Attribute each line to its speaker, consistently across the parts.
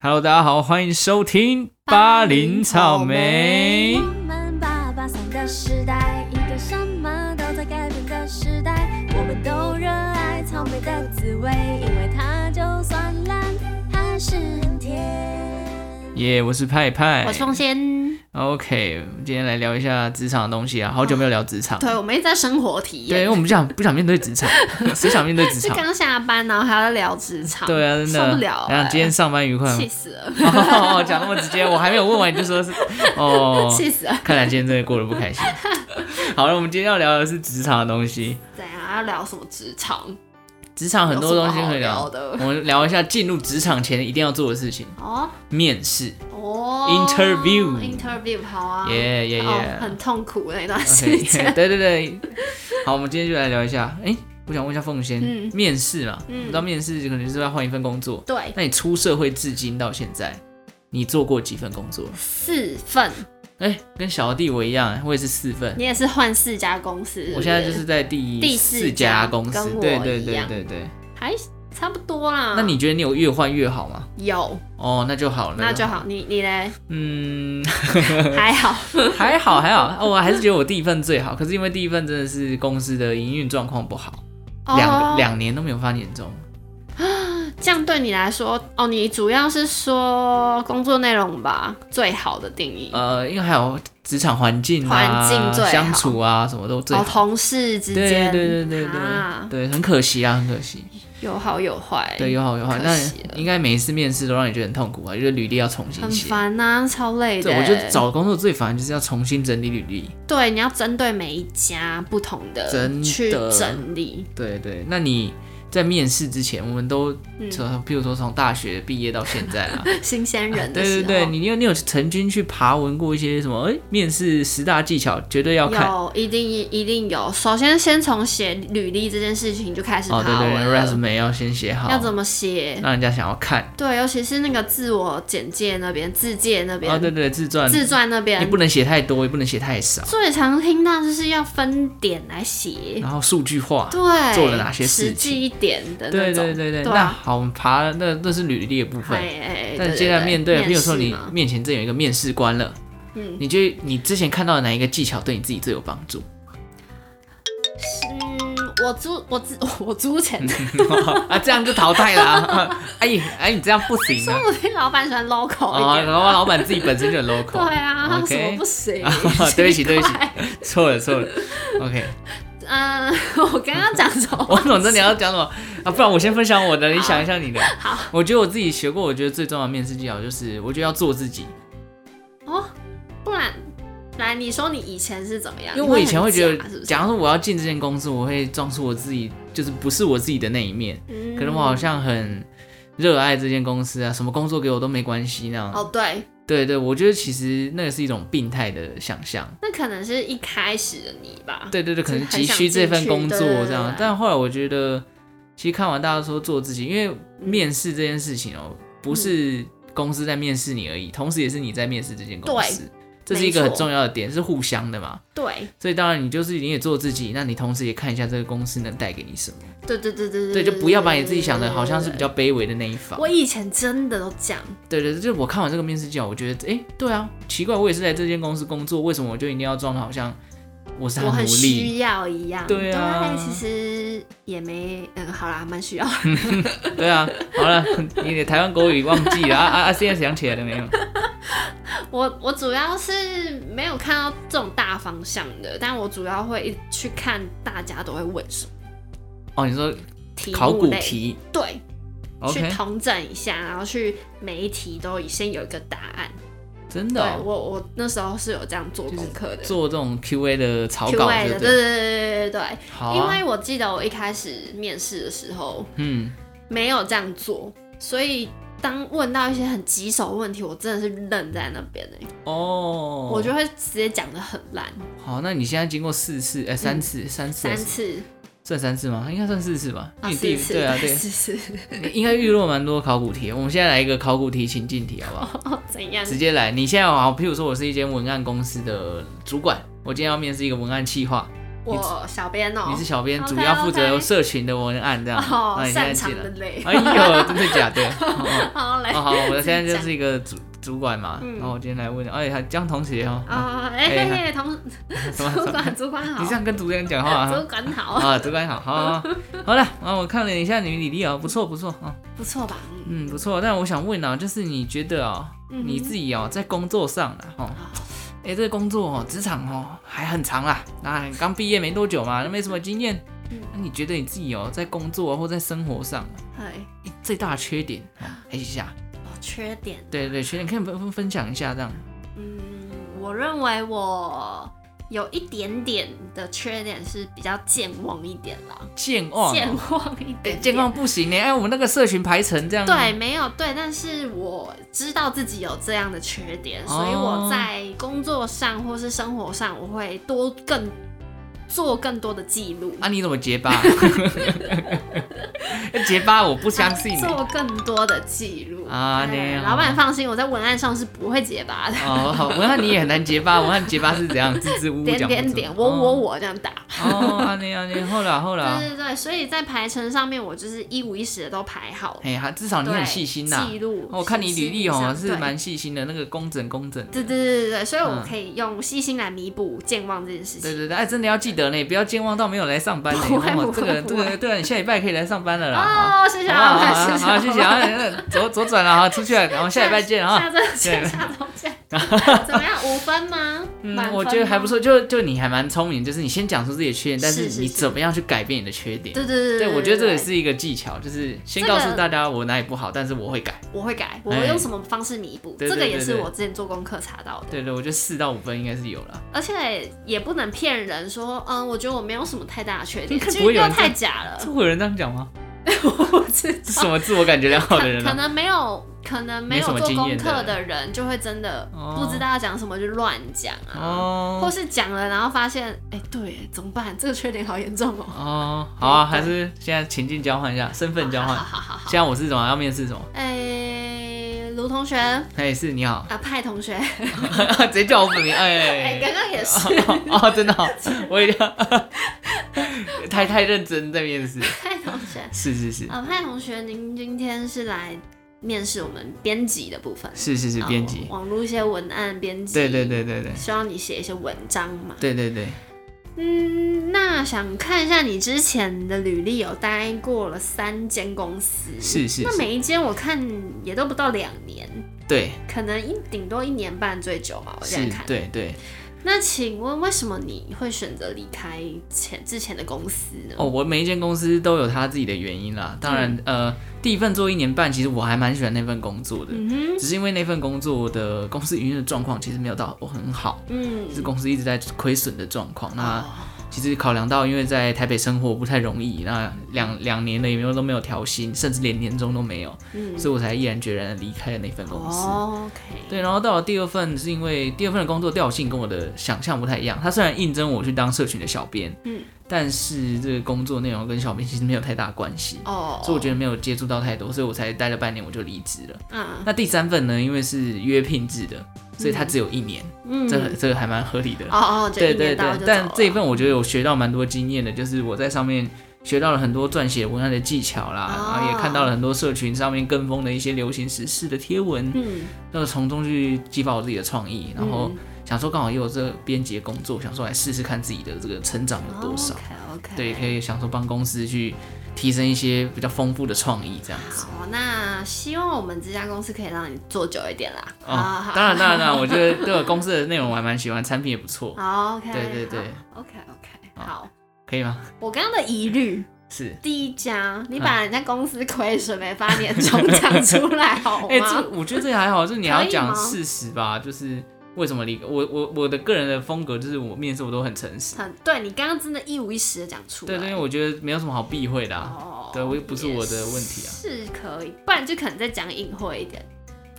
Speaker 1: Hello，大家好，欢迎收听巴林草莓。
Speaker 2: 我们八八三的时代，一个什么都在改变的时代，我们都热爱草莓的滋味，因为它就算烂，还是很甜。
Speaker 1: 耶、我是派派。
Speaker 3: 我是凤仙。
Speaker 1: OK，我们今天来聊一下职场的东西啊，好久没有聊职场。
Speaker 3: 对，我们一直在生活体
Speaker 1: 对，因为
Speaker 3: 验，
Speaker 1: 我们不想不想面对 职场，谁想面对职
Speaker 3: 就
Speaker 1: 场？
Speaker 3: 刚下班，然后还要聊职场，
Speaker 1: 对啊，真的
Speaker 3: 受不了、
Speaker 1: 哎呀
Speaker 3: 欸，
Speaker 1: 今天上班愉快吗
Speaker 3: 气？死了，，
Speaker 1: 哦，讲那么直接，我还没有问完你就说是哦
Speaker 3: 气死了，
Speaker 1: 看来今天真的过得不开心。好了，我们今天要聊的是职场的东西，
Speaker 3: 怎样？要聊什么职场？
Speaker 1: 职场很多东西可以
Speaker 3: 有什么
Speaker 1: 聊
Speaker 3: 好聊的
Speaker 1: 我们聊一下进入职场前一定要做的事情
Speaker 3: 哦
Speaker 1: ——面试。
Speaker 3: 哦
Speaker 1: Interview
Speaker 3: interview 好啊，
Speaker 1: 耶耶
Speaker 3: 哦，
Speaker 1: 耶
Speaker 3: 很痛苦那 段时
Speaker 1: ！OK，
Speaker 3: 间，
Speaker 1: 对对对。好，我们今天就来聊一下。哎，我想问一下凤仙
Speaker 3: 嗯，
Speaker 1: 面试嘛，
Speaker 3: 嗯
Speaker 1: 你知道面试可能就是要换一份工作。
Speaker 3: 对，
Speaker 1: 那你出社会至今到现在，你做过几份工作？
Speaker 3: 四份，
Speaker 1: 哎，跟小弟我一样，我也是四份
Speaker 3: 你。也是换四家公司，
Speaker 1: 我现在就是是
Speaker 3: 不
Speaker 1: 在第
Speaker 3: 第
Speaker 1: 四
Speaker 3: 四
Speaker 1: 家
Speaker 3: 家
Speaker 1: 公司
Speaker 3: 跟，我
Speaker 1: 对对
Speaker 3: 一
Speaker 1: 对
Speaker 3: 样
Speaker 1: 对对。
Speaker 3: 还差不多啦。
Speaker 1: 那你觉得你有越换越好吗？
Speaker 3: 有
Speaker 1: 哦，那就好了，
Speaker 3: 那就好，你你嘞
Speaker 1: 嗯，
Speaker 3: 还好，
Speaker 1: 还好还好，哦我还是觉得我第一份最好，可是因为第一份真的是公司的营运状况不好， 两
Speaker 3: 哦
Speaker 1: 个两年都没有发年终，
Speaker 3: 这样对你来说，哦，你主要是说工作内容吧，最好的定义，
Speaker 1: 呃，因为还有职场环境、啊、
Speaker 3: 环境最好
Speaker 1: 相处啊，什么都最
Speaker 3: 哦，
Speaker 1: 好。
Speaker 3: 同事之
Speaker 1: 对对
Speaker 3: 间，
Speaker 1: 对对对
Speaker 3: 啊，
Speaker 1: 对，很可惜啊，很可惜。
Speaker 3: 有好有坏，
Speaker 1: 对，有好有坏，
Speaker 3: 哎可
Speaker 1: 那
Speaker 3: 惜了
Speaker 1: 应该每一次面试都让你觉得很痛苦啊，就是履历要重新
Speaker 3: 很
Speaker 1: 写。
Speaker 3: 烦欸呐、超累的。
Speaker 1: 对，我觉得找工作最烦就是要重新整理履历。
Speaker 3: 对，你要针对每一家不同的
Speaker 1: 真的
Speaker 3: 去整理，
Speaker 1: 对对，那你在面试之前，我们都
Speaker 3: 嗯
Speaker 1: 从，譬如说从大学毕业到现在 啦，
Speaker 3: 新鲜人的
Speaker 1: 对
Speaker 3: 时
Speaker 1: 啊对
Speaker 3: 候，
Speaker 1: 对，你有你有曾经去爬文过一些什么？哎、面试十大技巧绝对要看
Speaker 3: 有一定一定有。首先，先从写履历这件事情就开始
Speaker 1: 哦，
Speaker 3: 爬文
Speaker 1: 对对
Speaker 3: 了、
Speaker 1: ，resume 要先写好，
Speaker 3: 要怎么写？
Speaker 1: 让人家想要看
Speaker 3: 对，尤其是那个自我简介那边、自介那边、
Speaker 1: 哦，对对，自传，
Speaker 3: 自传那边，
Speaker 1: 你不能写太多，也不能写太少，
Speaker 3: 最常听到就是要分点来写，
Speaker 1: 然后数据化，
Speaker 3: 对，
Speaker 1: 做了哪些事情
Speaker 3: 实际一点的
Speaker 1: 对
Speaker 3: 那种，
Speaker 1: 对对对。
Speaker 3: 对
Speaker 1: 那
Speaker 3: 啊，
Speaker 1: 好，我们爬了那那是履历的部分。
Speaker 3: 哎
Speaker 1: 但接下来面对，比如说你
Speaker 3: 嘛
Speaker 1: 面前正有一个面试官了，
Speaker 3: 嗯
Speaker 1: 你觉得你之前看到的哪一个技巧对你自己最有帮助？
Speaker 3: 嗯，我租我之 我 租钱的，
Speaker 1: 啊，这样就淘汰了、啊。 哎哎，你这样不行啊！
Speaker 3: 我听老板喜欢 local 一
Speaker 1: 啊，
Speaker 3: 点，
Speaker 1: 然后老板自己本身就很
Speaker 3: 对
Speaker 1: local，
Speaker 3: 啊，
Speaker 1: OK？
Speaker 3: 什么不行
Speaker 1: 对不起对不起
Speaker 3: 奇怪，
Speaker 1: 错了错了，OK，
Speaker 3: 嗯，我刚刚讲什 么？
Speaker 1: 我总之你要讲什么啊？不然我先分享我的，你想一下你的。
Speaker 3: 好，啊
Speaker 1: 我觉得我自己学过，我觉得最重要的面试技巧就是，我觉得要做自己，
Speaker 3: 哦，不然。来，你说你以前是怎么样？
Speaker 1: 因为我以前会觉
Speaker 3: 你很假啊是
Speaker 1: 得，
Speaker 3: 不是
Speaker 1: 假如说我要进这间公司，我会装出我自己就是不是我自己的那一面，
Speaker 3: 嗯
Speaker 1: 可能我好像很热爱这间公司啊，什么工作给我都没关系那样。
Speaker 3: 哦，对，
Speaker 1: 对对，我觉得其实那个是一种病态的想象。
Speaker 3: 那可能是一开始的你吧。
Speaker 1: 对对对，可能
Speaker 3: 很
Speaker 1: 急
Speaker 3: 想
Speaker 1: 需这
Speaker 3: 进
Speaker 1: 份
Speaker 3: 去
Speaker 1: 工作
Speaker 3: 对对对
Speaker 1: 这样
Speaker 3: 对。
Speaker 1: 但后来我觉得，其实看完大家说做自己，因为面试这件事情哦、不
Speaker 3: 嗯
Speaker 1: 是公司在面试你而已，同时也是你在面试这间公司，这是一个
Speaker 3: 没
Speaker 1: 很
Speaker 3: 错
Speaker 1: 重要的点，是互相的嘛。
Speaker 3: 对，
Speaker 1: 所以当然你就是你也做自己，那你同时也看一下这个公司能带给你什么，
Speaker 3: 对对对对
Speaker 1: 对，就不要把你自己想的好像是比较卑微的那一方
Speaker 3: 嗯我。以前真的都讲，
Speaker 1: 对对，就是我看完这个面试技巧，我觉得哎、对啊，奇怪，我也是在这间公司工作，为什么我就一定要装的好像我是他
Speaker 3: 我
Speaker 1: 的
Speaker 3: 很
Speaker 1: 奴隶？
Speaker 3: 需要一样。
Speaker 1: 对啊
Speaker 3: 对其实也没，嗯，好啦，蛮需要。
Speaker 1: 对啊，好了，你的台湾国语忘记了啊啊啊！现在想起来了没有？
Speaker 3: 我我主要是没有看到这种大方向的，但我主要会一去看大家都会问什么
Speaker 1: 哦，你说
Speaker 3: 题
Speaker 1: 考
Speaker 3: 目
Speaker 1: 古
Speaker 3: 类，
Speaker 1: 题
Speaker 3: 对，去
Speaker 1: ，OK，
Speaker 3: 统整一下，然后去每一题都先有一个答案。
Speaker 1: 真
Speaker 3: 对
Speaker 1: 的哦、
Speaker 3: 我我那时候是有这样做功课的。
Speaker 1: 做这种 QA 的草
Speaker 3: Q
Speaker 1: 稿，
Speaker 3: A
Speaker 1: 对
Speaker 3: 的，
Speaker 1: 不
Speaker 3: 对
Speaker 1: 对？
Speaker 3: 对对对对对，
Speaker 1: 好
Speaker 3: 因
Speaker 1: 啊，
Speaker 3: 为我记得我一开始面试的时候，
Speaker 1: 嗯，
Speaker 3: 没有这样做，所以当问到一些很棘手的问题，我真的是愣在那边哎、
Speaker 1: 哦，
Speaker 3: 我就会直接讲的很烂，
Speaker 1: 好。那你现在经过四次，哎，三次，三次
Speaker 3: 嗯三
Speaker 1: 还是，
Speaker 3: 次
Speaker 1: 算三次吗？应该算四次吧。因
Speaker 3: 啊
Speaker 1: 为你第一
Speaker 3: 四次，
Speaker 1: 对啊，对，
Speaker 3: 四次，
Speaker 1: 你应该遇到蛮多考古题。我们现在来一个考古题情境题，好不好？
Speaker 3: 哦怎样？
Speaker 1: 直接来，你现在好，譬如说我是一间文案公司的主管，我今天要面试一个文案企划，
Speaker 3: 我小编哦、
Speaker 1: 你是小编，
Speaker 3: OK，
Speaker 1: 主要负责
Speaker 3: OK
Speaker 1: 社群的文案这样，
Speaker 3: 哦
Speaker 1: 那，你
Speaker 3: 擅
Speaker 1: 现在
Speaker 3: 长
Speaker 1: 进
Speaker 3: 的哎
Speaker 1: 来，
Speaker 3: 类。
Speaker 1: 哎呦，真的假的？哦
Speaker 3: 好嘞
Speaker 1: 哦，哦好，我现在就是一个主主管嘛，
Speaker 3: 嗯
Speaker 1: 然后我今天来问，哎，还江同学哦，
Speaker 3: 啊，哎
Speaker 1: 哎
Speaker 3: 嘿嘿，同
Speaker 1: 什么
Speaker 3: 主
Speaker 1: 什么？
Speaker 3: 管主管好
Speaker 1: 你这，样跟主管讲话啊？
Speaker 3: 主管好，
Speaker 1: 啊，主管好，好 好，好
Speaker 3: 嗯
Speaker 1: 好了，啊，我看了一下你履历啊，不错不错啊，
Speaker 3: 不错吧？
Speaker 1: 嗯，不错。但我想问啊，就是你觉得啊，
Speaker 3: 嗯
Speaker 1: 你自己哦，在工作上啊，哦，哎、这个工作哦，职场哦，还很长啦，那刚毕业没多久嘛，没什么经验
Speaker 3: 嗯。
Speaker 1: 那你觉得你自己哦，在工作或在生活上
Speaker 3: 哎，
Speaker 1: 诶最大的缺点，哦还有一下，
Speaker 3: 哦缺点，
Speaker 1: 对对，缺点可以分分享一下这样。
Speaker 3: 嗯，我认为我有一点点的缺点是比较健忘一点啦，
Speaker 1: 健忘、哦，
Speaker 3: 健忘一
Speaker 1: 诶
Speaker 3: 点，
Speaker 1: 健忘。不行呢，哎，我们那个社群排成这样，
Speaker 3: 对，，没有对，但是我知道自己有这样的缺点，所以
Speaker 1: 哦
Speaker 3: 我在工作上或是生活上，我会多更做更多的记录，
Speaker 1: 啊，你怎么结巴？ 结巴，我不相信你。
Speaker 3: 做更多的记录
Speaker 1: 啊那样
Speaker 3: 老板放心，我在文案上是不会结巴的。
Speaker 1: 哦，好，文翰你也很难结巴，文翰结巴是怎样？支支吾吾
Speaker 3: 点
Speaker 1: 讲不
Speaker 3: 点
Speaker 1: 出
Speaker 3: 点，我我
Speaker 1: 哦啊
Speaker 3: 我这样打，
Speaker 1: 哦，安尼安尼，好啦好啦
Speaker 3: 对，对对，所以在排程上面，我就是一五一十的都排好，
Speaker 1: 哎呀，至少你
Speaker 3: 对，
Speaker 1: 很细心呐
Speaker 3: 记。录。
Speaker 1: 我看你履历
Speaker 3: 细
Speaker 1: 哦
Speaker 3: 心
Speaker 1: 是。蛮细心的，那个工整工整。
Speaker 3: 对对对对对对，所以我
Speaker 1: 嗯
Speaker 3: 可以用细心来弥补健忘这件事
Speaker 1: 对
Speaker 3: 情。
Speaker 1: 对对，哎，真的要记得呢，不要健忘到没有来上班呢。
Speaker 3: 不会
Speaker 1: 哦
Speaker 3: 不
Speaker 1: 这
Speaker 3: 会
Speaker 1: 个这
Speaker 3: 不
Speaker 1: 个，
Speaker 3: 会
Speaker 1: 对啊，你下礼拜可以来上班了啦。
Speaker 3: 哦，谢谢
Speaker 1: 好好啊
Speaker 3: 老
Speaker 1: 好
Speaker 3: 板，
Speaker 1: 好，好谢谢，
Speaker 3: 老
Speaker 1: 好，
Speaker 3: 板。
Speaker 1: 那左左转了哈，左去了，然后下礼拜见啊。
Speaker 3: 下周见，下周 见。怎么样？五分吗？满
Speaker 1: 嗯，
Speaker 3: 分
Speaker 1: 我觉得还
Speaker 3: 吗
Speaker 1: 不。错，就就你还蛮聪明，就是你先讲出自己的缺点，但
Speaker 3: 是
Speaker 1: 是
Speaker 3: 是
Speaker 1: 你
Speaker 3: 是
Speaker 1: 怎么样去改变你的缺点？
Speaker 3: 对对对
Speaker 1: 对，我觉得这
Speaker 3: 对
Speaker 1: 也是一个技巧，就是先
Speaker 3: 这个
Speaker 1: 告诉大家我哪里不好，但是我会改。
Speaker 3: 我会改，我
Speaker 1: 哎
Speaker 3: 用什么方式弥补？
Speaker 1: 对对
Speaker 3: 这个也
Speaker 1: 对
Speaker 3: 是
Speaker 1: 对
Speaker 3: 我之前做功课查到的。
Speaker 1: 对对，我觉得四到五分应该是有了。
Speaker 3: 而且也不能骗人说，嗯，我觉得我没有什么太大的缺 点，
Speaker 1: 这个
Speaker 3: 其
Speaker 1: 不
Speaker 3: 实
Speaker 1: 会有
Speaker 3: 又
Speaker 1: 人这
Speaker 3: 太
Speaker 1: 样
Speaker 3: 假了
Speaker 1: 这，会有人这样讲吗？
Speaker 3: 我 不知
Speaker 1: 这什
Speaker 3: 道。
Speaker 1: 么自我感觉良好
Speaker 3: 可
Speaker 1: 的人
Speaker 3: 可
Speaker 1: 啊？
Speaker 3: 能没有，可能没
Speaker 1: 没
Speaker 3: 有
Speaker 1: 什么
Speaker 3: 做
Speaker 1: 经
Speaker 3: 功
Speaker 1: 验的
Speaker 3: 课的人，就会真的
Speaker 1: 哦
Speaker 3: 不知道要讲什么就乱讲啊，或
Speaker 1: 哦
Speaker 3: 是讲了然后发现，哎、对，怎么办？这个缺点好严重哦。
Speaker 1: 哦，好啊，还是现在情境交换一下，身份交换
Speaker 3: 好。好好好。
Speaker 1: 现在我是什么？要面试什么？
Speaker 3: 哎、卢同学啊，
Speaker 1: 哎，是你 好，
Speaker 3: 派同学，
Speaker 1: 直接叫我本名。哎，
Speaker 3: 哎、刚刚也是，
Speaker 1: 哦，真的哦，我也 太太认真在面试。
Speaker 3: 派同学，
Speaker 1: 是是是
Speaker 3: 啊，派同学，您今天是来面试我们编辑的部分，
Speaker 1: 是是是，
Speaker 3: 啊
Speaker 1: 编辑。
Speaker 3: 网网络一些文案编辑，
Speaker 1: 对对对对对
Speaker 3: 希望你写一些文章嘛。
Speaker 1: 对对对，
Speaker 3: 嗯，那想看一下你之前的履历，有待过了三间公司，
Speaker 1: 是是
Speaker 3: 那
Speaker 1: 是，
Speaker 3: 每一间我看也都不到两年，
Speaker 1: 对
Speaker 3: 可能一顶多一年半最久嘛，我这样
Speaker 1: 是，
Speaker 3: 看。
Speaker 1: 对对。
Speaker 3: 那请问为什么你会选择离开前之前的公司呢？
Speaker 1: 哦，，我每一间公司都有他自己的原因啦。当然，呃，第一份做一年半，其实我还蛮喜欢那份工作的，
Speaker 3: 嗯哼，
Speaker 1: 只是因为那份工作的公司营运的状况其实没有到我很好，就是
Speaker 3: 嗯，
Speaker 1: 公司一直在亏损的状况。那
Speaker 3: 哦
Speaker 1: 其实考量到，因为在台北生活不太容易，那两两年了也没有都没有调薪，甚至连年终都没有，
Speaker 3: 嗯，
Speaker 1: 所以我才毅然决然的离开了那份公司。
Speaker 3: 哦，OK，
Speaker 1: 对，然后到了第二份，是因为第二份的工作调性跟我的想象不太一样。他虽然应征我去当社群的小编，
Speaker 3: 嗯，
Speaker 1: 但是这个工作内容跟小编其实没有太大关系，
Speaker 3: 哦，
Speaker 1: 所以我觉得没有接触到太多，所以我才待了半年我就离职了。
Speaker 3: 得，啊，
Speaker 1: 那第三份呢，因为是约聘制的，所以它只有一年，
Speaker 3: 嗯，
Speaker 1: 这这个还蛮合理的。
Speaker 3: 哦哦，就
Speaker 1: 对
Speaker 3: 一
Speaker 1: 对对
Speaker 3: 年到就，
Speaker 1: 但
Speaker 3: 走
Speaker 1: 这一
Speaker 3: 了
Speaker 1: 份我觉得我学到蛮多经验的，就是我在上面学到了很多撰写文案的技巧啦，
Speaker 3: 哦
Speaker 1: 然后也看到了很多社群上面跟风的一些流行时事的贴文，
Speaker 3: 嗯，
Speaker 1: 那从中去激发我自己的创意，然后
Speaker 3: 嗯
Speaker 1: 想说刚好也有这个编辑的工作，想说来试试看自己的这个成长
Speaker 3: 嗯
Speaker 1: 有多
Speaker 3: 哦
Speaker 1: 少。
Speaker 3: ？OK，
Speaker 1: 对，可以想说帮公司去提升一些比较丰富的创意这样子。
Speaker 3: 好，那希望我们这家公司可以让你做久一点啦。好
Speaker 1: 哦
Speaker 3: 好，
Speaker 1: 当然当然当然，我觉得对我公司的内容我还蛮喜欢，产品也不错，
Speaker 3: 好，OK，
Speaker 1: 对对对
Speaker 3: ，OK OK，
Speaker 1: 好
Speaker 3: 好。
Speaker 1: 可以吗？
Speaker 3: 我刚刚的疑虑，
Speaker 1: 是。
Speaker 3: 第一家，你把人家公司亏损没发年终讲出来好
Speaker 1: 哎、这
Speaker 3: 吗？
Speaker 1: 我觉得这个还好，就是你还
Speaker 3: 可
Speaker 1: 要
Speaker 3: 以
Speaker 1: 讲
Speaker 3: 吗
Speaker 1: 事实吧，就是为什么离我我我的个人的风格就是我面试我都很诚实，
Speaker 3: 很对你刚刚真的一五一十的讲出来。
Speaker 1: 对对，因为我觉得没有什么好避讳的、啊，
Speaker 3: 哦
Speaker 1: 对我也不是我的问题啊
Speaker 3: 也是可以，不然就可能再讲隐晦一点。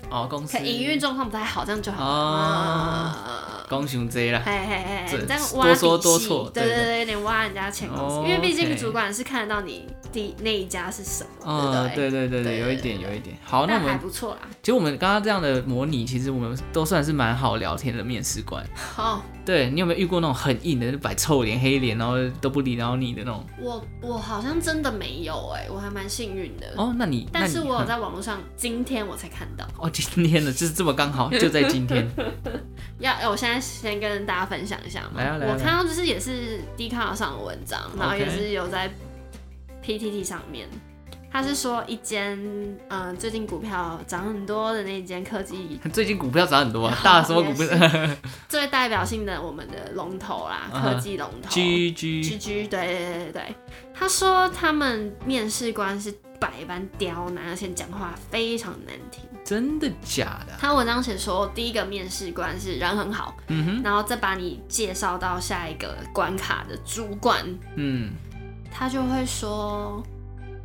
Speaker 1: 哦，公司
Speaker 3: 可营运状况不太好，这样就好
Speaker 1: 哦
Speaker 3: 了。
Speaker 1: 公熊 Z 啦，
Speaker 3: 嘿嘿嘿，
Speaker 1: 这
Speaker 3: 你这样挖
Speaker 1: 多说
Speaker 3: 底
Speaker 1: 多
Speaker 3: 细
Speaker 1: 错
Speaker 3: 对
Speaker 1: 对
Speaker 3: 对
Speaker 1: 对
Speaker 3: 对，有点挖人家钱公司
Speaker 1: 哦，
Speaker 3: 因为毕竟
Speaker 1: OK
Speaker 3: 主管是看得到你第那一家是什么，
Speaker 1: 嗯，
Speaker 3: 对不
Speaker 1: 对对对
Speaker 3: 对
Speaker 1: 对，
Speaker 3: 对
Speaker 1: 有一点有一点。好，那我
Speaker 3: 但还
Speaker 1: 们
Speaker 3: 不错啦。
Speaker 1: 其实我们刚刚这样的模拟，其实我们都算是蛮好聊天的面试官。
Speaker 3: 好，
Speaker 1: 对你有没有遇过那种很硬的，就摆臭脸黑脸，然后都不理到你的那种？
Speaker 3: 我我好像真的没有哎，我还蛮幸运的。
Speaker 1: 哦，那你
Speaker 3: 但是
Speaker 1: 那你
Speaker 3: 我有
Speaker 1: 嗯
Speaker 3: 在网络上，今天我才看到。
Speaker 1: 哦，今天的就是这么刚好，就在今 天。
Speaker 3: 要，哎我现在先跟大家分享一下嘛
Speaker 1: 来啊来啊
Speaker 3: 我
Speaker 1: 来啊
Speaker 3: 看到就是也是 d 卡上的文章，然后
Speaker 1: OK
Speaker 3: 也是有在 PTT 上面，他是说一间嗯、呃最近股票涨很多的那一间科技
Speaker 1: 最近股票涨很多啊，大什么股票
Speaker 3: 最代表性的我们的龙头啦，
Speaker 1: 嗯
Speaker 3: 科
Speaker 1: 哼
Speaker 3: 技龙头
Speaker 1: ？G G，
Speaker 3: GG，对对对对对，他说他们面试官是百般刁难，而且讲话非常难听。
Speaker 1: 真的假的啊？
Speaker 3: 他文章写说，第一个面试官是人很好，
Speaker 1: 嗯哼，
Speaker 3: 然后再把你介绍到下一个关卡的主管，
Speaker 1: 嗯，
Speaker 3: 他就会说：“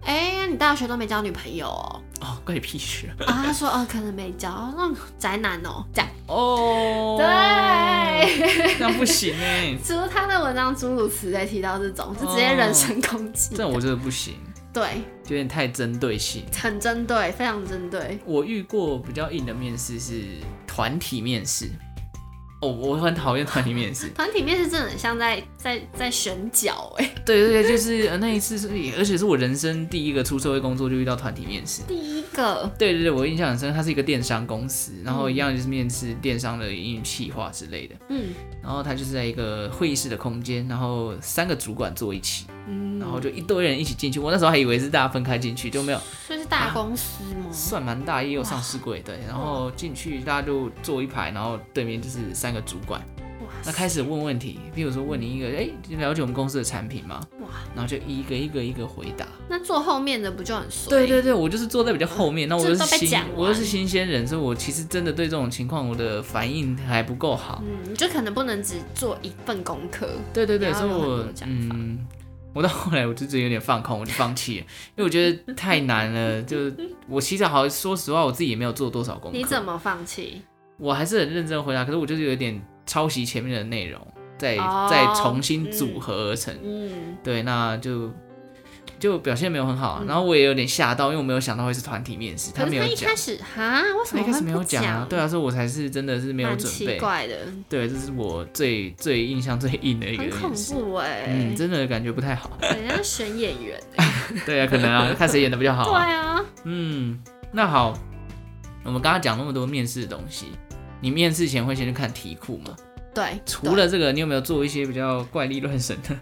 Speaker 3: 哎、你大学都没交女朋友哦
Speaker 1: 哦，关你屁事 啊？”
Speaker 3: 啊，他说：“哦，可能没交，那种宅男哦。”这样，
Speaker 1: 哦，
Speaker 3: 对，
Speaker 1: 那不行哎，
Speaker 3: 除了他的文章诸如此类提到这种，就直接人身攻击。
Speaker 1: 这我真的不行，
Speaker 3: 对，
Speaker 1: 有点太针对性。
Speaker 3: 很针对，非常针对。。
Speaker 1: 我遇过比较硬的面试是团体面试，哦，我很讨厌团体面试
Speaker 3: 团体面试真的很像在在在选角哎、
Speaker 1: 对对对，就是呃那一次是，而且是我人生第一个出社会工作就遇到团体面试。
Speaker 3: 第一个，
Speaker 1: 对对对，我印象很深，它是一个电商公司，然后一样就是面试电商的营运企划之类的。
Speaker 3: 嗯
Speaker 1: 然后它就是在一个会议室的空间，然后三个主管坐一起，
Speaker 3: 嗯，
Speaker 1: 然后就一堆人一起进去。我那时候还以为是大家分开进去，就没有
Speaker 3: 所以是大公司吗？
Speaker 1: 算蛮大，也有上市柜对。然后进去大家就坐一排，然后对面就是三个主管，那
Speaker 3: 哇
Speaker 1: 开始问问题，比如说问你一个，哎、你了解我们公司的产品吗？
Speaker 3: 哇，
Speaker 1: 然后就一个一个一个回答。
Speaker 3: 那坐后面的不就很衰？
Speaker 1: 对对对，我就是坐在比较后面，那我又
Speaker 3: 这
Speaker 1: 是
Speaker 3: 都被
Speaker 1: 新
Speaker 3: 讲，完
Speaker 1: 我又是新鲜人，所以我其实真的对这种情况我的反应还不够好。
Speaker 3: 嗯，你就可能不能只做一份功课。
Speaker 1: 对对
Speaker 3: 也
Speaker 1: 对，
Speaker 3: 要
Speaker 1: 所以
Speaker 3: 有很多
Speaker 1: 我
Speaker 3: 的讲法
Speaker 1: 嗯，我到后来我就觉得有点放空，我就放 弃了，因为我觉得太难了。就我其实好，说实话，我自己也没有做多少功课。
Speaker 3: 你怎么放弃？
Speaker 1: 我还是很认真回答，可是我就是有点抄袭前面的内容，再、
Speaker 3: 哦
Speaker 1: 再重新组合而成。
Speaker 3: 嗯，
Speaker 1: 对，那就就表现没有很好啊，然后我也有点吓到，因为我没有想到会是团体面试，
Speaker 3: 可
Speaker 1: 没
Speaker 3: 是
Speaker 1: 有
Speaker 3: 他一
Speaker 1: 讲
Speaker 3: 开，始哈，为什
Speaker 1: 他
Speaker 3: 么
Speaker 1: 一开始
Speaker 3: 会
Speaker 1: 没
Speaker 3: 不
Speaker 1: 有讲啊，对啊，所以我才是真的是没有
Speaker 3: 蛮
Speaker 1: 准
Speaker 3: 奇
Speaker 1: 备。
Speaker 3: 怪的，
Speaker 1: 对，这是我最最印象最硬的一个
Speaker 3: 很恐
Speaker 1: 面试，
Speaker 3: 怖哎、
Speaker 1: 嗯，真的感觉不太好。
Speaker 3: 人家选演员欸、
Speaker 1: 对啊，可能啊，看谁演的比较好、
Speaker 3: 对
Speaker 1: 啊。
Speaker 3: 啊，
Speaker 1: 嗯，那好，我们刚刚讲那么多面试的东西，你面试前会先去看题库吗？
Speaker 3: 对，
Speaker 1: 除了这个，你有没有做一些比较怪力乱神 的？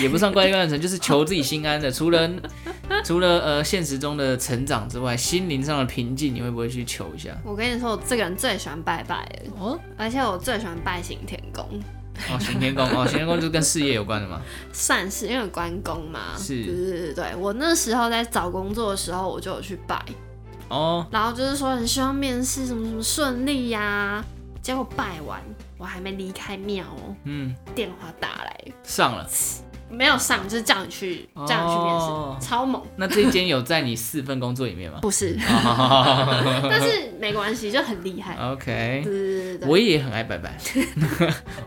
Speaker 1: 也也不算怪力乱神，就是求自己心安的。除了除了呃现实中的成长之外，心灵上的平静，你会不会去求一下？
Speaker 3: 我跟你说，我这个人最喜欢拜拜了，
Speaker 1: 哦
Speaker 3: 而且我最喜欢拜行天宫，
Speaker 1: 哦，行天宫 哦，行天宫就是跟事业有关的嘛。
Speaker 3: 算是因为有关公嘛，
Speaker 1: 是
Speaker 3: 对对对对，我那时候在找工作的时候，我就有去拜，
Speaker 1: 哦，
Speaker 3: 然后就是说很希望面试什么什么顺利呀、结果拜完我还没离开庙哦，
Speaker 1: 嗯，
Speaker 3: 电话打来，
Speaker 1: 上了。
Speaker 3: 没有上，就是叫你去叫你去面试，
Speaker 1: 哦
Speaker 3: 超猛，
Speaker 1: 那这一间有在你四份工作里面吗？
Speaker 3: 不 是，
Speaker 1: 哦
Speaker 3: 但是没关系，就很厉害。
Speaker 1: OK，
Speaker 3: 对对对
Speaker 1: 嗯
Speaker 3: 对
Speaker 1: 我也很爱拜 拜，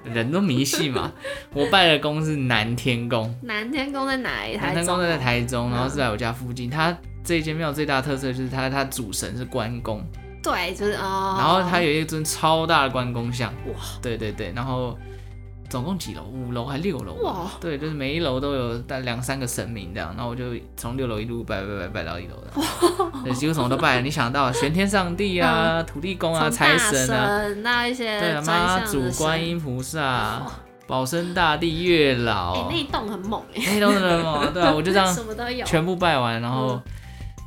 Speaker 1: 人都迷信嘛。我拜的宫是南天宫，
Speaker 3: 南天宫在哪里？
Speaker 1: 南
Speaker 3: 台
Speaker 1: 天
Speaker 3: 中
Speaker 1: 宫
Speaker 3: 哦。
Speaker 1: 在台中，
Speaker 3: 嗯
Speaker 1: 然后是在我家附近。它这间庙最大的特色就是它它主神是关公，
Speaker 3: 对，就是哦。
Speaker 1: 然后它有一尊超大的关公像。
Speaker 3: 哇！
Speaker 1: 对对对，然后总共几楼？五楼还六楼？啊
Speaker 3: 哇！
Speaker 1: 对，就是每一楼都有大两三个神明这样。然后我就从六楼一路拜拜拜拜到一楼的， 对，几乎什么都拜了。你想到玄天上帝啊、土地公啊、
Speaker 3: 嗯从
Speaker 1: 财
Speaker 3: 大
Speaker 1: 神啊，
Speaker 3: 神到一些
Speaker 1: 对啊，
Speaker 3: 呃专
Speaker 1: 妈
Speaker 3: 项的
Speaker 1: 祖、
Speaker 3: 神
Speaker 1: 观。音菩萨、保生大帝、月
Speaker 3: 哎、
Speaker 1: 老
Speaker 3: 那，一 栋很猛哎、
Speaker 1: 那都是人哦。对啊，我就 这样
Speaker 3: 什么都有。
Speaker 1: 全部拜完，然后
Speaker 3: 嗯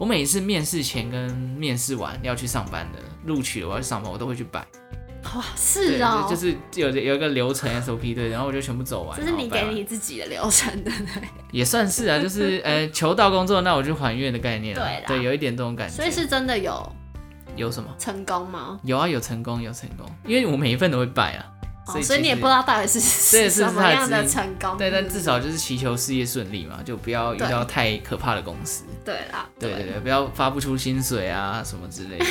Speaker 1: 我每次面试前跟面试完要去上班的，录取了我要去上班，我都会去拜。
Speaker 3: 哇，
Speaker 1: 对，
Speaker 3: 是哦、
Speaker 1: 就就是有有一个流程 SOP 对，然后我就全部走完。
Speaker 3: 这是你
Speaker 1: 然
Speaker 3: 给
Speaker 1: 后拜完
Speaker 3: 你自己的流程的，
Speaker 1: 也算是啊， 就是呃求到工作，那我就还愿的概念啊
Speaker 3: 对啦
Speaker 1: 对，有一点这种感觉。
Speaker 3: 所以是真的有
Speaker 1: 有什么？
Speaker 3: 成功吗？
Speaker 1: 有啊，有成功，有成功，因为我每一份都会拜啊。
Speaker 3: 哦，
Speaker 1: 以
Speaker 3: 所以
Speaker 1: 其
Speaker 3: 你也
Speaker 1: 实
Speaker 3: 不知道到底是是
Speaker 1: 这是
Speaker 3: 什么
Speaker 1: 他的
Speaker 3: 样的
Speaker 1: 指引
Speaker 3: 成功。
Speaker 1: 对，但
Speaker 3: 嗯
Speaker 1: 至少就是祈求事业顺利嘛，就不要遇
Speaker 3: 对
Speaker 1: 到太可怕的公司。
Speaker 3: 对啦，
Speaker 1: 对对对，不要发不出薪水啊什么之 类的。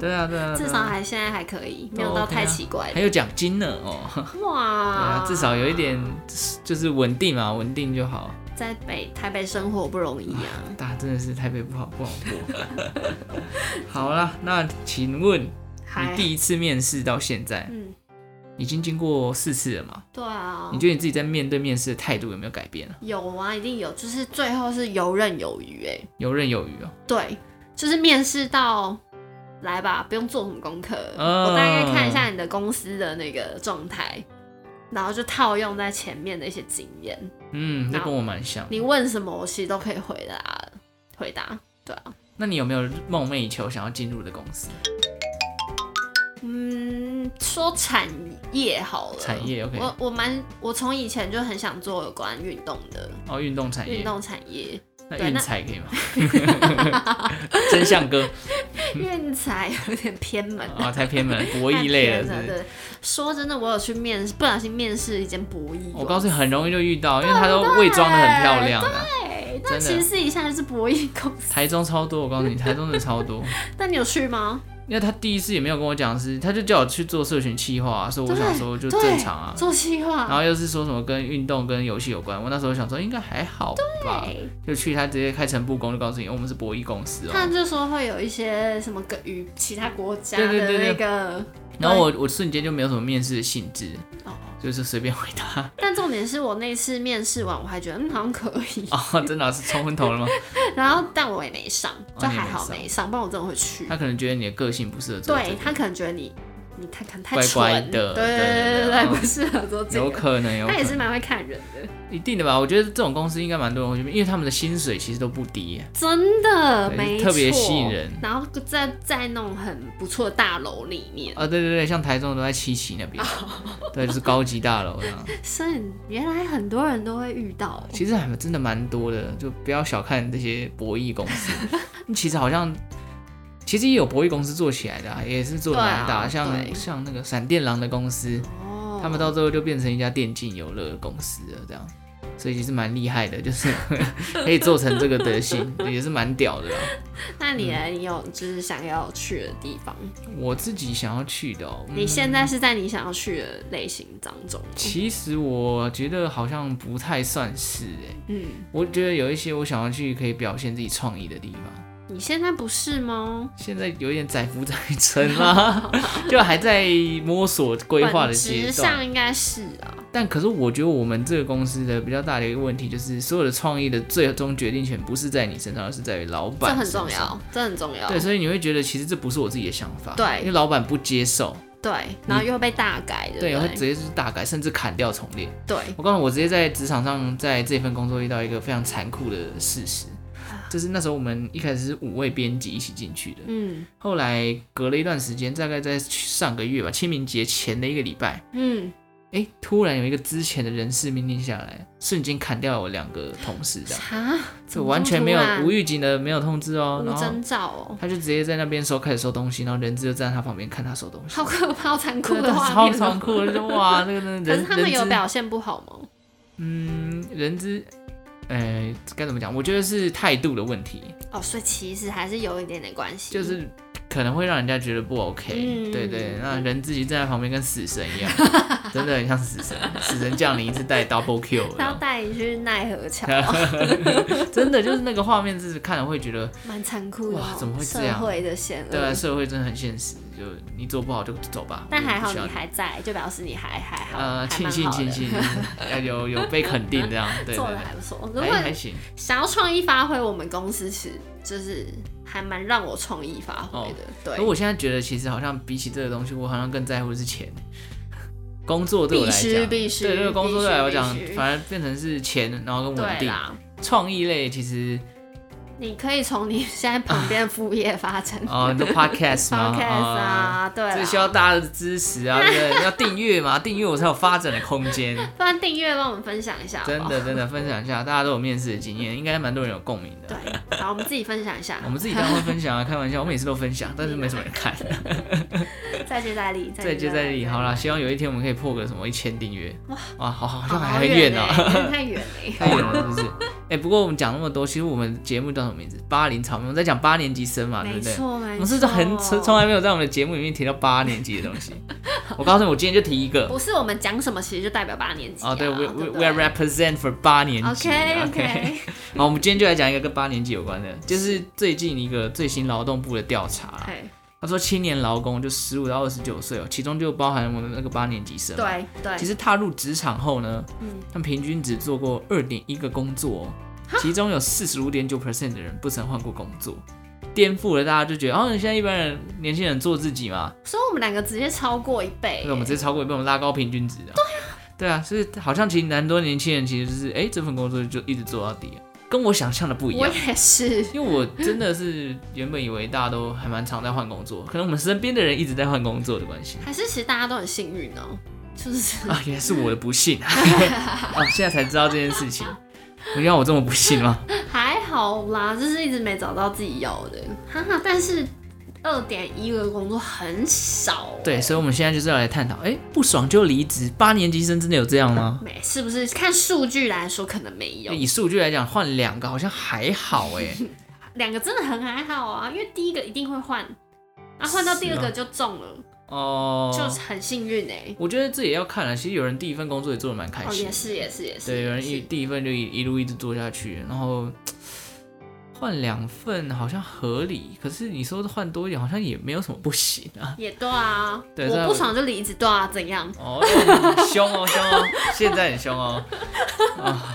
Speaker 1: 对啊对啊，对啊
Speaker 3: 至少还现在还可以，没有
Speaker 1: 都
Speaker 3: 到
Speaker 1: OK
Speaker 3: 太
Speaker 1: 啊
Speaker 3: 奇怪
Speaker 1: 还
Speaker 3: 的。
Speaker 1: 有奖金呢哦。对
Speaker 3: 哇
Speaker 1: 啊，，至少有一点就是稳定嘛，稳定就好。
Speaker 3: 在北台北生活不容易啊。
Speaker 1: 大家真的是台北不好不好过。 好啦，那请问
Speaker 3: 还
Speaker 1: 你第一次面试到现在，
Speaker 3: 嗯，
Speaker 1: 已经经过四次了嘛？
Speaker 3: 对啊，
Speaker 1: 你觉得你自己在面对面试的态度有没有改变啊？
Speaker 3: 有啊，一定有，就是最后是游刃有余哎、
Speaker 1: 游刃有余哦、
Speaker 3: 对，就是面试到来吧，不用做什么功课，
Speaker 1: 嗯
Speaker 3: 我大概看一下你的公司的那个状态，然后就套用在前面的一些经验。
Speaker 1: 嗯，这
Speaker 3: 好
Speaker 1: 跟我蛮像。
Speaker 3: 你问什么，我其实都可以回答，回答。对啊，
Speaker 1: 那你有没有梦寐以求想要进入的公司
Speaker 3: 嗯，说产业好了，
Speaker 1: 产业？OK，
Speaker 3: 我我蛮我从以前就很想做有关运动的
Speaker 1: 哦，运动产
Speaker 3: 运
Speaker 1: 业，
Speaker 3: 动产业，
Speaker 1: 那
Speaker 3: 对
Speaker 1: 运
Speaker 3: 那
Speaker 1: 彩 可以吗？ 真相哥
Speaker 3: 运才有点偏门
Speaker 1: 啊，太偏门，博
Speaker 3: 太
Speaker 1: 弈类
Speaker 3: 偏
Speaker 1: 了，是不是？
Speaker 3: 对，说真的，我有去面试，不小心面试一间博弈。
Speaker 1: 我告诉你，很容易就遇到，因为他都伪装的很漂亮啊。
Speaker 3: 对，
Speaker 1: 真
Speaker 3: 那
Speaker 1: 的
Speaker 3: 其实一下就是博弈公司。
Speaker 1: 台中超多，我告 诉你，台中真的超多。
Speaker 3: 但你有去吗？
Speaker 1: 因为他第一次也没有跟我讲是，他就叫我去做社群企划、啊，所以我
Speaker 3: 对
Speaker 1: 想说就
Speaker 3: 对
Speaker 1: 正常啊。
Speaker 3: 做计
Speaker 1: 然
Speaker 3: 划。
Speaker 1: 后又是说什么跟运动跟游戏有关，我那时候想说应该还好吧，
Speaker 3: 对，
Speaker 1: 就去他直接开诚布公就告诉你，哦我们是博弈公司
Speaker 3: 他
Speaker 1: 哦。
Speaker 3: 就说会有一些什么跟与其他国家的
Speaker 1: 对对对
Speaker 3: 那
Speaker 1: 对
Speaker 3: 个，
Speaker 1: 然后我我瞬间就没有什么面试的兴致，
Speaker 3: 哦
Speaker 1: 就是随便回答。
Speaker 3: 但重点是我那次面试完，我还觉得嗯好像可以，
Speaker 1: 哦，真的啊、是冲昏头了吗？
Speaker 3: 然后但我也没上，就
Speaker 1: 哦你也
Speaker 3: 还
Speaker 1: 没
Speaker 3: 好
Speaker 1: 上
Speaker 3: 没上，不然我真的会去
Speaker 1: 他。可能觉得你的个性不适合做这
Speaker 3: 对
Speaker 1: 个，
Speaker 3: 他可能觉得你你太可能太
Speaker 1: 乖
Speaker 3: 蠢
Speaker 1: 乖的
Speaker 3: 对
Speaker 1: 对
Speaker 3: 对
Speaker 1: 对
Speaker 3: 对，
Speaker 1: 对
Speaker 3: 不适合做这
Speaker 1: 有
Speaker 3: 个。
Speaker 1: 可能有可
Speaker 3: 他也是
Speaker 1: 能，
Speaker 3: 蛮会看人的，
Speaker 1: 一定的吧？我觉得这种公司应该蛮多人会去面，因为他们的薪水其实都不低耶、
Speaker 3: 真的
Speaker 1: 对
Speaker 3: 没
Speaker 1: 特别
Speaker 3: 错
Speaker 1: 吸引人
Speaker 3: 然后在在那种很不错的大楼里面，
Speaker 1: 啊，对对对，像台中都在七期那边，
Speaker 3: 哦
Speaker 1: 对，就是高级大楼这样。
Speaker 3: 所以原来很多人都会遇到。
Speaker 1: 其实还真的蛮多的，就不要小看这些博弈公司。 其实好像，其实也有博弈公司做起来的、啊，也是做的蛮大，
Speaker 3: 对啊
Speaker 1: 像
Speaker 3: 对
Speaker 1: 像那个闪电狼的公司，
Speaker 3: 哦
Speaker 1: 他们到最后就变成一家电竞游乐公司了，这样。所以其实蛮厉害的，就是 可以做成这个德 行，也是蛮屌的、啊。
Speaker 3: 那你呢？你有就是想要去的地方？
Speaker 1: 我自己想要去的、哦，嗯
Speaker 3: 你现在是在你想要去的类型当中？
Speaker 1: 其实我觉得好像不太算是哎，
Speaker 3: 嗯，
Speaker 1: 我觉得有一些我想要去可以表现自己创意的地方。
Speaker 3: 你现在不是吗？
Speaker 1: 现在有点载浮载沉 啦，就还在摸索规划的阶
Speaker 3: 本质上
Speaker 1: 段。
Speaker 3: 应该是啊，
Speaker 1: 但可是我觉得我们这个公司的比较大的一个问题就是，所有的创意的最终决定权不是在你身上，而是在于老
Speaker 3: 这
Speaker 1: 板。
Speaker 3: 很重。要，这很重要。
Speaker 1: 对，所以你会觉得其实这不是我自己的想法，
Speaker 3: 对
Speaker 1: 因为老板不接受，
Speaker 3: 对然后又被大改，
Speaker 1: 对，
Speaker 3: 对
Speaker 1: 会
Speaker 3: 不
Speaker 1: 直
Speaker 3: 对？
Speaker 1: 接就是大改，甚至砍掉重练。
Speaker 3: 对，
Speaker 1: 我告诉你，我直接在职场上，在这份工作遇到一个非常残酷的事实，
Speaker 3: 啊
Speaker 1: 就是那时候我们一开始是五位编辑一起进去的，
Speaker 3: 嗯
Speaker 1: 后来隔了一段时间，大概在上个月吧，清明节前的一个礼拜，
Speaker 3: 嗯，
Speaker 1: 哎，突然有一个之前的人事命令下来，瞬间砍掉我两个同事， 这样，
Speaker 3: 啊，怎
Speaker 1: 就
Speaker 3: 么
Speaker 1: 完
Speaker 3: 这么
Speaker 1: 全
Speaker 3: 突
Speaker 1: 没有
Speaker 3: 然
Speaker 1: 无预警的没有通知哦，
Speaker 3: 无
Speaker 1: 然后
Speaker 3: 征兆哦，
Speaker 1: 他就直接在那边收开始收东西，然后人质就站在他旁边看他收东西，
Speaker 3: 好可怕，好残酷
Speaker 1: 对
Speaker 3: 的画
Speaker 1: 超
Speaker 3: 面哦，
Speaker 1: 残酷的，就哇，那个那个
Speaker 3: 可
Speaker 1: 人
Speaker 3: 是他们有
Speaker 1: 人质，
Speaker 3: 表现不好吗？
Speaker 1: 嗯，人质，呃，该怎么讲？我觉得是态度的问题，
Speaker 3: 哦，所以其实还是有一点点关系，
Speaker 1: 就是可能会让人家觉得不 OK，、
Speaker 3: 嗯
Speaker 1: 对对，那人自己站在旁边跟死神一样， 真的很像死神，死神降临一次带 double kill，
Speaker 3: 他要带你去奈何桥，
Speaker 1: 啊 真的就是那个画面，自己看了会觉得，
Speaker 3: 蛮残酷的哦，
Speaker 1: 哇怎么会这样
Speaker 3: 社会的险恶，
Speaker 1: 对啊，社会真的很现实，就你做不好就走吧。
Speaker 3: 嗯但
Speaker 1: 我
Speaker 3: 还
Speaker 1: 嗯
Speaker 3: 好
Speaker 1: 不需
Speaker 3: 你
Speaker 1: 要
Speaker 3: 还在，就表示你还还好，
Speaker 1: 呃
Speaker 3: 还
Speaker 1: 庆
Speaker 3: 蛮
Speaker 1: 幸
Speaker 3: 好的
Speaker 1: 庆，幸，要有有被肯定这样，对对
Speaker 3: 做的
Speaker 1: 对
Speaker 3: 还不错。如，果
Speaker 1: 还还行
Speaker 3: 想要创意发挥，我们公司其实就是还蛮让我创意发挥的，对
Speaker 1: 哦可，我现在觉得其实好像比起这个东西，我好像更在乎的是钱。 工作对我
Speaker 3: 必
Speaker 1: 来
Speaker 3: 须
Speaker 1: 讲，
Speaker 3: 必须，
Speaker 1: 对这个工作
Speaker 3: 必
Speaker 1: 对
Speaker 3: 须
Speaker 1: 我来讲
Speaker 3: 必须，
Speaker 1: 反而变成是钱，然后跟稳
Speaker 3: 对
Speaker 1: 定。
Speaker 3: 啦，
Speaker 1: 创意类其实
Speaker 3: 你可以从你现在旁边的副业发展
Speaker 1: 哦，你哦的 podcast 吗
Speaker 3: podcast 啊，对
Speaker 1: 这
Speaker 3: 啊，
Speaker 1: 需要大家的支持 啊，对不对？要订阅嘛，订阅我才有发展的空间。
Speaker 3: 不然订阅帮我们分享一下好不
Speaker 1: 真
Speaker 3: 好，
Speaker 1: 的真的，分享一下，大家都有面试的经验，应该蛮多人有共鸣的。
Speaker 3: 对，好，我们自己分享一下，
Speaker 1: 我们自己当然会分享啊，开 玩笑，我每次都分享，但是没什么人看。
Speaker 3: 再接再厉，
Speaker 1: 再接再厉，好啦，，希望有一天我们可以破个什么一千订阅。哇，好好
Speaker 3: 好欸
Speaker 1: 像还
Speaker 3: 好
Speaker 1: 很远啊哦
Speaker 3: 呢
Speaker 1: 呢，，
Speaker 3: 有点太 远了。
Speaker 1: 太远了，是不是？哎，不过我们讲那么多，其实我们节目叫什么名字？八零草莓，我们在讲八年级生嘛，对
Speaker 3: 没
Speaker 1: 不对？
Speaker 3: 错，没
Speaker 1: 我
Speaker 3: 错，
Speaker 1: 们是不是很从从来没有在我们的节目里面提到八年级的东 西？我告诉你，我今天就提一个。
Speaker 3: 不是我们讲什么，其实就代表八年级啊
Speaker 1: 哦，对，we we
Speaker 3: 不哦
Speaker 1: we are represent for 八年级。啊
Speaker 3: OK OK，
Speaker 1: 好，我们今天就来讲一个跟八年级有关的，就是最近一个最新劳动部的调查啦。
Speaker 3: 对
Speaker 1: 他说，青年劳工就十五到二十九岁哦，其中就包含我们那个八年级生。。
Speaker 3: 对对，嗯
Speaker 1: 其实踏入职场后呢，他们平均只做过二点一个工作、哦，其中有四十五点九 percent 的人不曾换过工作，颠覆了大家就觉得，哦，你现在一般人年轻人做自己嘛，
Speaker 3: 所以我们两个直接超过一倍
Speaker 1: 对，，我们直接超过，被我们拉高平均值啊。对啊，对啊，所以好像其实蛮多年轻人其实就是，哎、这份工作就一直做到底啊，跟我想象的不一
Speaker 3: 我
Speaker 1: 样。
Speaker 3: 也是，
Speaker 1: 因为我真的是原本以为大家都还蛮常在换工作，可能我们身边的人一直在换工作的关系
Speaker 3: 还是其实大家都很幸运哦，就 是
Speaker 1: 啊，也是我的不 幸啊，现在才知道这件事情。你让我这么不幸吗？
Speaker 3: 还好啦，就是一直没找到自己要的，哈哈。但是二点一个工作很少，欸
Speaker 1: 对，，所以我们现在就是要来探讨，哎、不爽就离职，八年级生真的有这样吗？
Speaker 3: 没是不是？看数据来说，可能没有
Speaker 1: 以数据来讲，换两个好像还好哎、
Speaker 3: 两个真的很还好啊，因为第一个一定会换，啊，换到第二
Speaker 1: 是啊
Speaker 3: 个就中了，
Speaker 1: 哦、
Speaker 3: 就很幸运哎、
Speaker 1: 我觉得这也要看了。其实有人第一份工作也做的蛮开
Speaker 3: 哦，
Speaker 1: 心
Speaker 3: 也，是也是也是，
Speaker 1: 对，有人
Speaker 3: 也
Speaker 1: 一
Speaker 3: 是
Speaker 1: 第一份就一一路一直做下去，然后换两份好像合理，可是你说换多一点好像也没有什么不行啊。
Speaker 3: 也对啊，
Speaker 1: 对所以
Speaker 3: 我不
Speaker 1: 我
Speaker 3: 爽就离职，对啊，怎样？
Speaker 1: 哦， 哎凶哦凶哦，现在很凶哦。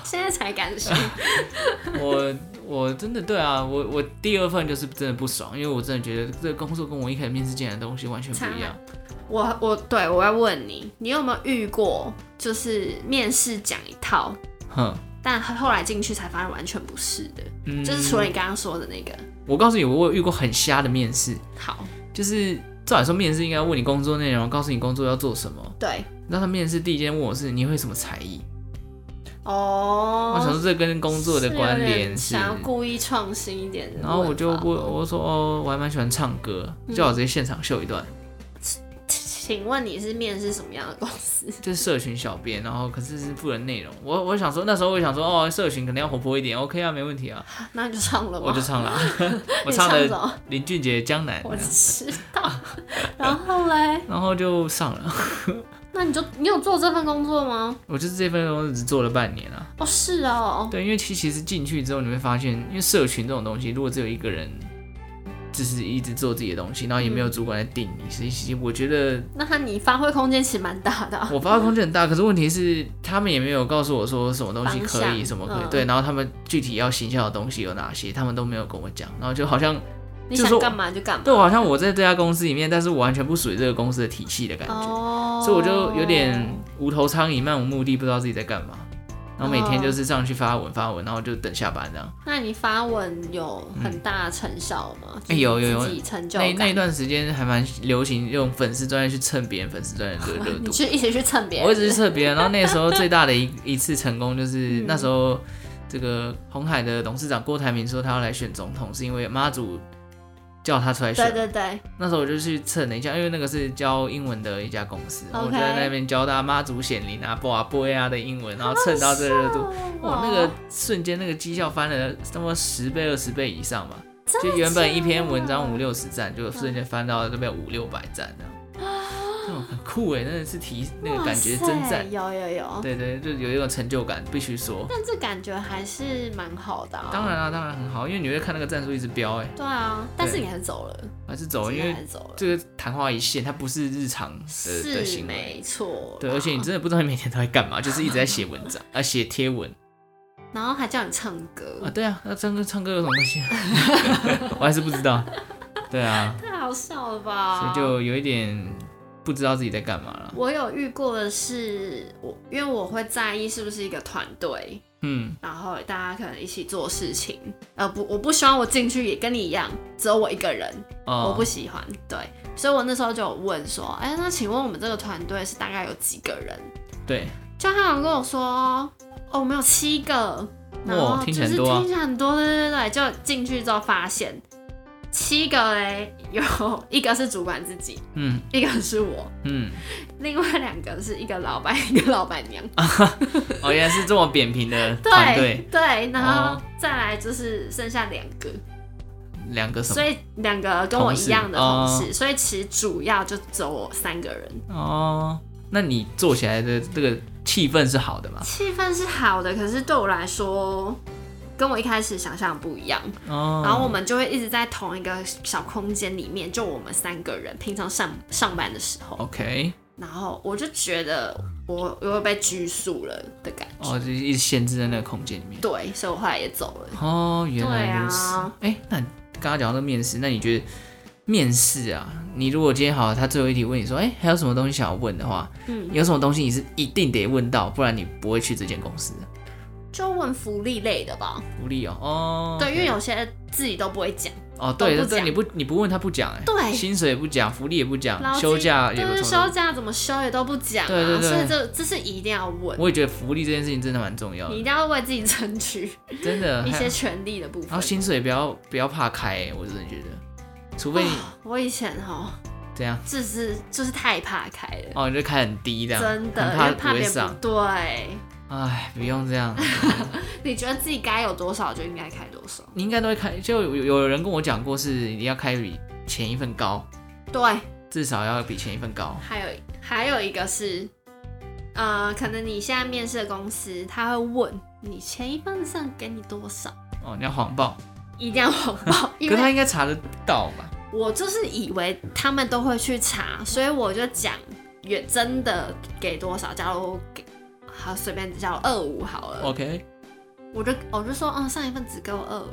Speaker 3: 现在才敢说，
Speaker 1: 我 我真的对啊，我我第二份就是真的不爽，因为我真的觉得这个工作跟我一开始面试进来的东西完全不一样。
Speaker 3: 我我对我要问你，你有没有遇过就是面试讲一套，
Speaker 1: 哼，
Speaker 3: 但后来进去才发现完全不是的，
Speaker 1: 嗯
Speaker 3: 就是除了你刚刚说的那个，
Speaker 1: 我告诉你，我有遇过很瞎的面试，
Speaker 3: 好，
Speaker 1: 就是照理说面试应该问你工作内容，告诉你工作要做什么。
Speaker 3: 对，
Speaker 1: 那他面试第一件问我是你会什么才艺？我想
Speaker 3: 哦，
Speaker 1: 说这跟工作的关联是，
Speaker 3: 想要故意创新一点的问法，
Speaker 1: 然后我就不我说哦，我还蛮喜欢唱歌，
Speaker 3: 嗯
Speaker 1: 叫我直接现场秀一段，
Speaker 3: 请问你是面试什么样的公司？
Speaker 1: 这是社群小编，然后可是是富人内容，我我想说那时候我想说哦，社群可能要活泼一点，OK 啊，没问题啊，
Speaker 3: 那你就上了吗？
Speaker 1: 我就 唱了，我
Speaker 3: 你
Speaker 1: 唱
Speaker 3: 唱什
Speaker 1: 的
Speaker 3: 么？
Speaker 1: 林俊杰《江南
Speaker 3: 我》，知道。 然后嘞，
Speaker 1: 然后就上了，
Speaker 3: 那你就你有做这份工作吗？
Speaker 1: 我就是这份工作只做了半年啊，
Speaker 3: 哦，是哦，
Speaker 1: 对，因为其其实进去之后你会发现，因为社群这种东西，如果只有一个人。就是一直做自己的东西，然后也没有主管来定你。所以其实我觉得
Speaker 3: 那他你发挥空间其实蛮大的啊、
Speaker 1: 我发挥空间很大，可是问题是他们也没有告诉我说什么东西可
Speaker 3: 方
Speaker 1: 以，
Speaker 3: 向
Speaker 1: 什么可以、
Speaker 3: 嗯
Speaker 1: 对，然后他们具体要行销的东西有哪些，他们都没有跟我讲，然后就好像
Speaker 3: 你
Speaker 1: 就是
Speaker 3: 想
Speaker 1: 说
Speaker 3: 干嘛就干嘛。
Speaker 1: 对我好像我在这家公司里面，但是我完全不属于这个公司的体系的感觉，
Speaker 3: 哦，
Speaker 1: 所以我就有点无头苍蝇，漫无目的，不知道自己在干嘛。然后每天
Speaker 3: 哦
Speaker 1: 就是上去发文发文，然后就等下班这样。
Speaker 3: 那你发文有很大的成效吗？
Speaker 1: 嗯哎有有有
Speaker 3: 自己成就
Speaker 1: 那
Speaker 3: 感。
Speaker 1: 那一段时间还蛮流行用粉丝专业去蹭别人粉丝专业的热
Speaker 3: 你
Speaker 1: 度。
Speaker 3: 去一起去蹭别人，
Speaker 1: 我一直去测别人，然后那时候最大的一 一次成功就是
Speaker 3: 嗯
Speaker 1: 那时候这个红海的董事长郭台铭说他要来选总统，是因为妈祖叫他出来选。
Speaker 3: 对对对，
Speaker 1: 那时候我就去蹭了一下，因为那个是教英文的一家公司
Speaker 3: OK
Speaker 1: 我就在那边教大家妈祖显灵啊、波啊、波呀的英文，然后蹭到这个热度。哇，那个瞬间那个绩效翻了差不多十倍、二十倍以上吧，就原本一篇文章五六十赞，就瞬间翻到这边五六百赞这样。那种很酷哎，真的是提那个感觉真
Speaker 3: 啊哇塞
Speaker 1: 赞。
Speaker 3: 有有有，
Speaker 1: 对对，就有一种成就感，必须说。
Speaker 3: 但这感觉还是蛮好的、啊。
Speaker 1: 当然啊，当然很好，因为你会看那个战术一直飙，哎，
Speaker 3: 对啊，但是你还是走了，
Speaker 1: 还是走，因
Speaker 3: 你
Speaker 1: 为
Speaker 3: 还是走了，
Speaker 1: 这个昙花一现，它不是日常的的
Speaker 3: 是
Speaker 1: 行为。
Speaker 3: 没错。
Speaker 1: 对，而且你，真的不知道你每天都在干嘛，就是一直在写文章啊，写贴文
Speaker 3: 然后还叫你唱歌
Speaker 1: 啊，，对啊，那唱歌唱歌有什么关系啊？ 我还是不知道。对啊，
Speaker 3: 太好笑了
Speaker 1: 所
Speaker 3: 吧？
Speaker 1: 以就有一点不知道自己在干嘛了。
Speaker 3: 我有遇过的是，我因为我会在意是不是一个团队，
Speaker 1: 嗯，
Speaker 3: 然后大家可能一起做事情。呃，不，我不希望我进去也跟你一样，只有我一个人，
Speaker 1: 哦
Speaker 3: 我不喜欢。对，所以我那时候就有问说，哎、那请问我们这个团队是大概有几个人？
Speaker 1: 对，
Speaker 3: 就他好像跟我说，哦，我们有七个，然
Speaker 1: 哇
Speaker 3: 后
Speaker 1: 听
Speaker 3: 就
Speaker 1: 起
Speaker 3: 是
Speaker 1: 来很
Speaker 3: 听
Speaker 1: 多啊
Speaker 3: 起来很多，对对对，就进去之后发现七个嘞，有一个是主管自己，
Speaker 1: 嗯
Speaker 3: 一个是我，
Speaker 1: 嗯，
Speaker 3: 另外两个是一个老板，一个老板娘。
Speaker 1: 哦，原来是这么扁平的团
Speaker 3: 对
Speaker 1: 队，
Speaker 3: 对，然后
Speaker 1: 哦
Speaker 3: 再来就是剩下两个，
Speaker 1: 两个什
Speaker 3: 所
Speaker 1: 么？
Speaker 3: 以两个跟我
Speaker 1: 同事
Speaker 3: 一样的同
Speaker 1: 哦
Speaker 3: 事，所以其实主要就只有我三个人。
Speaker 1: 哦，那你做起来的这个气氛是好的嘛？
Speaker 3: 气氛是好的，可是对我来说，跟我一开始想象的不一样。
Speaker 1: 哦，
Speaker 3: 然后我们就会一直在同一个小空间里面，就我们三个人平常上上班的时
Speaker 1: 哦
Speaker 3: 候，
Speaker 1: OK，
Speaker 3: 然后我就觉得我我又被拘束了的感觉。
Speaker 1: 哦，就一直限制在那个空间里面。
Speaker 3: 对，所以我后来也走了。
Speaker 1: 哦，原来如此。
Speaker 3: 对啊
Speaker 1: 哎、那你刚刚讲到那个面试，那你觉得面试啊，你如果今天好，他最后一题问你说，哎、还有什么东西想要问的话，
Speaker 3: 嗯，
Speaker 1: 有什么东西你是一定得问到，不然你不会去这间公司的。
Speaker 3: 就问福利类的吧。
Speaker 1: 福利哦，哦，
Speaker 3: 对，因为
Speaker 1: OK
Speaker 3: 有些自己都不会讲，
Speaker 1: 哦，对
Speaker 3: 都不
Speaker 1: 对，
Speaker 3: 讲
Speaker 1: 你不你不问他不讲，哎，
Speaker 3: 对
Speaker 1: 薪水也不讲，福利也不
Speaker 3: 劳
Speaker 1: 讲，
Speaker 3: 基
Speaker 1: 啊休假也
Speaker 3: 对
Speaker 1: 不
Speaker 3: 对，
Speaker 1: 从
Speaker 3: 休
Speaker 1: 头。
Speaker 3: 假怎么休也都不讲啊。
Speaker 1: 对对对
Speaker 3: 所以这这是一定要问，
Speaker 1: 我也觉得福利这件事情真的蛮重要
Speaker 3: 你一
Speaker 1: 的，啊
Speaker 3: 定要为自己 争取
Speaker 1: 真的。
Speaker 3: 一
Speaker 1: 还
Speaker 3: 些
Speaker 1: 有
Speaker 3: 权利的部
Speaker 1: 然后
Speaker 3: 分。
Speaker 1: 薪水不要不要怕开，哎我真的觉得，除非你
Speaker 3: 哦我以前哈，
Speaker 1: 这样
Speaker 3: 就是就是太怕开了。
Speaker 1: 哦，你就开很低这样，
Speaker 3: 真的，因为
Speaker 1: 很怕
Speaker 3: 怕
Speaker 1: 不会
Speaker 3: 别人
Speaker 1: 上
Speaker 3: 不。对，
Speaker 1: 哎，不用这样，
Speaker 3: 你觉得自己该有多少就应该开多少。
Speaker 1: 你应该都会开。就有有人跟我讲过，是你要开比前一份高，
Speaker 3: 对，
Speaker 1: 至少要比前一份高。
Speaker 3: 还有还有一个是，呃，可能你现在面试的公司他会问你前一份上给你多少，
Speaker 1: 哦，你要谎报，
Speaker 3: 一定要谎 报，因
Speaker 1: 可他
Speaker 3: 为
Speaker 1: 应该查得到吧？
Speaker 3: 我就是以为他们都会去查，所以我就讲也真的给多少，假如给。好，随便假如二五好了
Speaker 1: OK，
Speaker 3: 我就我就说，嗯，上一份只给我二五，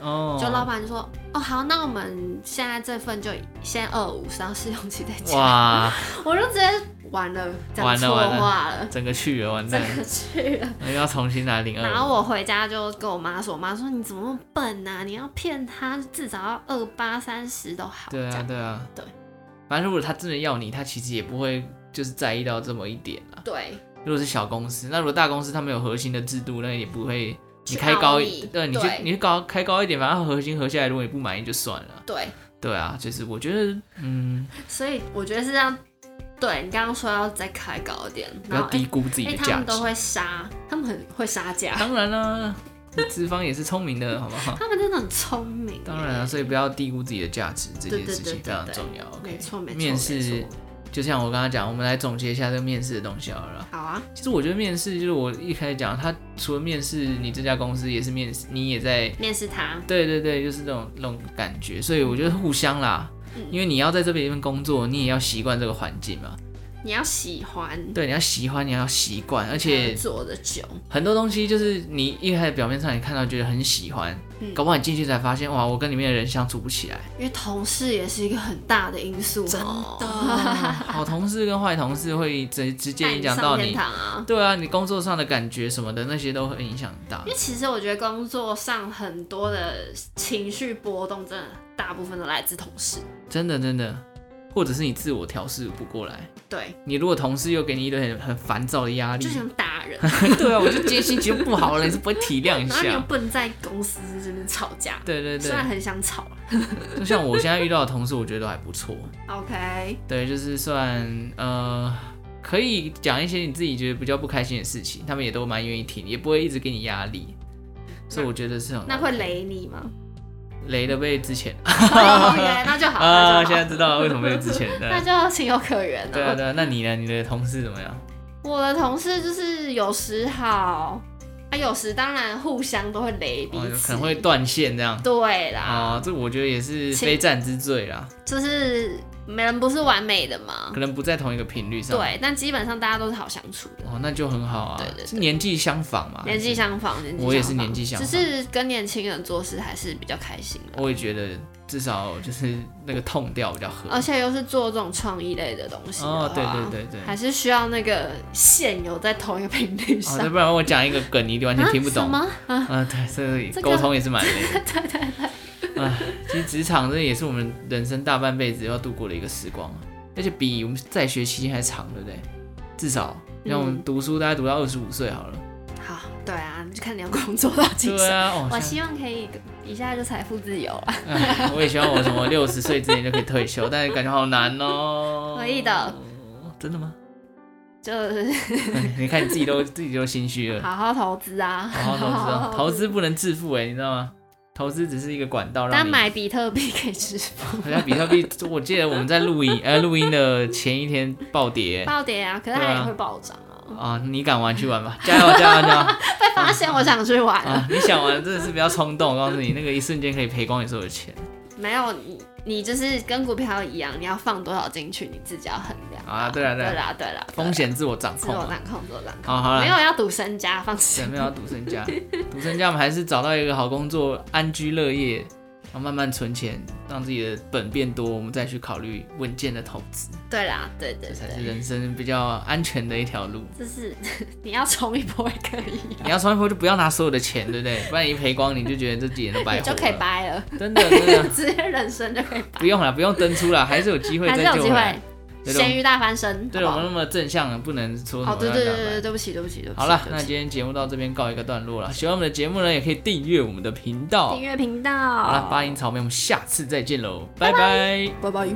Speaker 1: 哦，
Speaker 3: 就老板就说，哦好，那我们现在这份就先二五，然后试用期再讲。
Speaker 1: 哇，
Speaker 3: 我就直接完了，讲
Speaker 1: 完了
Speaker 3: 错
Speaker 1: 完了
Speaker 3: 话了，
Speaker 1: 整个去了，完
Speaker 3: 真
Speaker 1: 蛋，
Speaker 3: 的去了。
Speaker 1: 那又要重新拿零
Speaker 3: 然后
Speaker 1: 二。
Speaker 3: 我回家就跟我妈说，我妈说你怎么那么笨呐、你要骗他，至少要二八三十都好。
Speaker 1: 对
Speaker 3: 这
Speaker 1: 啊，
Speaker 3: 样
Speaker 1: 对啊，
Speaker 3: 对。
Speaker 1: 反正如果他真的要你，他其实也不会就是在意到这么一点啊。
Speaker 3: 对
Speaker 1: 如果是小公司，那如果大公司他们有核心的制度，那也不会。你
Speaker 3: 去
Speaker 1: 开
Speaker 3: 凹
Speaker 1: 高
Speaker 3: 你
Speaker 1: 一，对，你就
Speaker 3: 对
Speaker 1: 你就高开高一点，反正核心核下来，如果你不满意就算了。
Speaker 3: 对，
Speaker 1: 对啊，就是我觉得，嗯，
Speaker 3: 所以我觉得是这样。对你刚刚说要再开高一点，
Speaker 1: 不
Speaker 3: 然
Speaker 1: 要
Speaker 3: 后
Speaker 1: 低
Speaker 3: 哎
Speaker 1: 估自己
Speaker 3: 哎、
Speaker 1: 的
Speaker 3: 他
Speaker 1: 价
Speaker 3: 们
Speaker 1: 值
Speaker 3: 都。会杀，他们很会杀价，
Speaker 1: 当然啦，资方也是聪明的，好不好？
Speaker 3: 他们真的很聪明耶。
Speaker 1: 当然啊了，所以不要低估自己的价值，这
Speaker 3: 对
Speaker 1: 件
Speaker 3: 对
Speaker 1: 事
Speaker 3: 对
Speaker 1: 情
Speaker 3: 对
Speaker 1: 非常
Speaker 3: 对
Speaker 1: 重要。OK，
Speaker 3: 没错没错，
Speaker 1: 面
Speaker 3: 没
Speaker 1: 试
Speaker 3: 错
Speaker 1: 就像我刚刚讲，我们来总结一下这个面试的东西好了啦。
Speaker 3: 好啊，
Speaker 1: 其实我觉得面试就是我一开始讲，它除了面试，你这家公司也是面试，你也在
Speaker 3: 面试他，
Speaker 1: 对对对，就是那种那种感觉，所以我觉得互相啦，
Speaker 3: 嗯
Speaker 1: 因为你要在这边工作，你也要习惯这个环境嘛。
Speaker 3: 你要喜欢，
Speaker 1: 对，你要喜欢，你要习惯，而
Speaker 3: 才能
Speaker 1: 且
Speaker 3: 做的久，
Speaker 1: 很多东西就是你一开始表面上你看到觉得很喜欢，
Speaker 3: 嗯
Speaker 1: 搞不好你进去才发现，哇，我跟里面的人相处不起 来，
Speaker 3: 因为同事也是一个很大的因素哦，真
Speaker 1: 好同事跟坏同事会直直接影响到
Speaker 3: 天
Speaker 1: 你，
Speaker 3: 堂啊。
Speaker 1: 对啊，你工作上的感觉什么的那些都很影响很大
Speaker 3: 因为。其实我觉得工作上很多的情绪波动，真的大部分都来自同事。
Speaker 1: 真的真的，或者是你自我调试不过来，
Speaker 3: 对，
Speaker 1: 你如果同事又给你一堆很很烦躁的压力
Speaker 3: 就，想打人，
Speaker 1: 对啊，我就今天心情就不好了，你是不会体谅一
Speaker 3: 然 后你又
Speaker 1: 下？
Speaker 3: 不能在公司这边吵架，
Speaker 1: 对对
Speaker 3: 虽然
Speaker 1: 对，
Speaker 3: 很想吵。
Speaker 1: 就像我现在遇到的同事，我觉得都还不错。
Speaker 3: OK，
Speaker 1: 对，就是算呃，可以讲一些你自己觉得比较不开心的事情，他们也都蛮愿意听，也不会一直给你压力，所以我觉得是很
Speaker 3: 那会雷你 吗？
Speaker 1: 雷的被之前
Speaker 3: 哦，原来那就好，
Speaker 1: 啊，
Speaker 3: 那就
Speaker 1: 现
Speaker 3: 好
Speaker 1: 在知道为什么被之前
Speaker 3: 那
Speaker 1: 的。
Speaker 3: 就情有可原了。哦
Speaker 1: 对啊对啊，那你呢？你的同事怎么样？
Speaker 3: 我的同事就是有时好，啊，有时当然互相都会雷彼
Speaker 1: 哦，
Speaker 3: 此，
Speaker 1: 可能哦会断线这样。
Speaker 3: 对啦，
Speaker 1: 啊，这我觉得也是
Speaker 3: 请嗯
Speaker 1: 非战之罪啦。
Speaker 3: 就是没人不是完美的嘛
Speaker 1: 可，能不在同一个频率上。，
Speaker 3: 对，但基本上大家都是好相处的，
Speaker 1: 啊哦，那就很好啊。
Speaker 3: 对对对
Speaker 1: 是年纪相仿嘛？
Speaker 3: 年纪相仿，年纪
Speaker 1: 我也是
Speaker 3: 仿
Speaker 1: 年纪相
Speaker 3: 只
Speaker 1: 仿
Speaker 3: 是跟年轻人做事还是比较开心的，
Speaker 1: 我也觉得至少就是那个痛调比较合。
Speaker 3: 而且又是做这种创意类的东西的
Speaker 1: 哦，对
Speaker 3: 话
Speaker 1: 对对对。
Speaker 3: 还是需要那个线有在同一个频率
Speaker 1: 哦，
Speaker 3: 上。
Speaker 1: 那不然我讲一个梗，你完全
Speaker 3: 啊
Speaker 1: 听不懂
Speaker 3: 什。么？
Speaker 1: 啊、对，所以
Speaker 3: 这个
Speaker 1: 沟通也是蛮累的。对对对。啊，其实职场这也是我们人生大半辈子要度过的一个时光啊，而且比我们在学期间还长，对不对？至少让我们
Speaker 3: 嗯
Speaker 1: 读书大概读到二十五岁好了。
Speaker 3: 好，对啊，就看你要工作到几
Speaker 1: 对
Speaker 3: 岁。
Speaker 1: 啊，哦，
Speaker 3: 我
Speaker 1: 像
Speaker 3: 希望可以一下就财富自由啊！
Speaker 1: 哎我也希望我什么六十岁之前就可以退休，但是感觉好难哦。
Speaker 3: 可以的，
Speaker 1: 真的吗？
Speaker 3: 就是
Speaker 1: 你看你自己都自己都心虚了。
Speaker 3: 好好投资啊，
Speaker 1: 好好投资 啊，投
Speaker 3: 投
Speaker 1: 资不能致富哎，你知道吗？投资只是一个管道，让
Speaker 3: 但
Speaker 1: 你
Speaker 3: 买比特币可以致 富，
Speaker 1: 好像比特币，我记得我们在录音呃录音的前一天暴跌
Speaker 3: 暴跌啊，可是
Speaker 1: 对
Speaker 3: 它
Speaker 1: 啊
Speaker 3: 也会暴涨啊。
Speaker 1: 啊！你敢玩去玩 吧，加油加油加油！
Speaker 3: 被发现我想去玩了，
Speaker 1: 啊，你想玩真的是比较冲动，我告诉你，那个一瞬间可以赔光你所有的 钱
Speaker 3: 没有你，你就是跟股票一样，你要放多少进去，你自己要衡量。
Speaker 1: 啊！对了
Speaker 3: 对
Speaker 1: 对了，
Speaker 3: 啦，对啦，
Speaker 1: 风险自我掌
Speaker 3: 自
Speaker 1: 控
Speaker 3: 我
Speaker 1: 啊，
Speaker 3: 掌控，自我掌控。
Speaker 1: 好好了
Speaker 3: 没有要赌身家，放
Speaker 1: 对，
Speaker 3: 心。
Speaker 1: 没有要啊赌身家， 赌身家我们还是找到一个好工作，安居乐业，然后慢慢存钱，让自己的本变多，我们再去考虑稳健的投资，
Speaker 3: 对啦，对对
Speaker 1: 这才是
Speaker 3: 对，
Speaker 1: 人生比较安全的一条路。
Speaker 3: 就是你要冲一波也可以 啊，
Speaker 1: 你要穿一波就不要拿所有的钱，对不对？不然一赔光你就觉得这几年都白
Speaker 3: 你
Speaker 1: 活
Speaker 3: 就可以
Speaker 1: 了。
Speaker 3: 掰了，
Speaker 1: 真的真的
Speaker 3: 直接人生就可以掰
Speaker 1: 不，用了，不用登出 了，还是有机会
Speaker 3: 还
Speaker 1: 再
Speaker 3: 是
Speaker 1: 救
Speaker 3: 有机
Speaker 1: 回来
Speaker 3: 会。。
Speaker 1: 对的
Speaker 3: 咸鱼大翻身，
Speaker 1: 对
Speaker 3: 好
Speaker 1: 我
Speaker 3: 不好
Speaker 1: 们那么正向，不能说什
Speaker 3: 哦
Speaker 1: 么，
Speaker 3: 对
Speaker 1: 乱
Speaker 3: 对
Speaker 1: 讲
Speaker 3: 对对，
Speaker 1: 的。
Speaker 3: 对不起对不起对不起。
Speaker 1: 好了，
Speaker 3: 对不
Speaker 1: 那
Speaker 3: 起
Speaker 1: 今天节目到这边告一个段落了。喜欢我们的节目呢，也可以订阅我们的频道
Speaker 3: 订。阅频道，
Speaker 1: 好了，八音草莓，我们下次再见喽，拜拜
Speaker 3: 拜拜。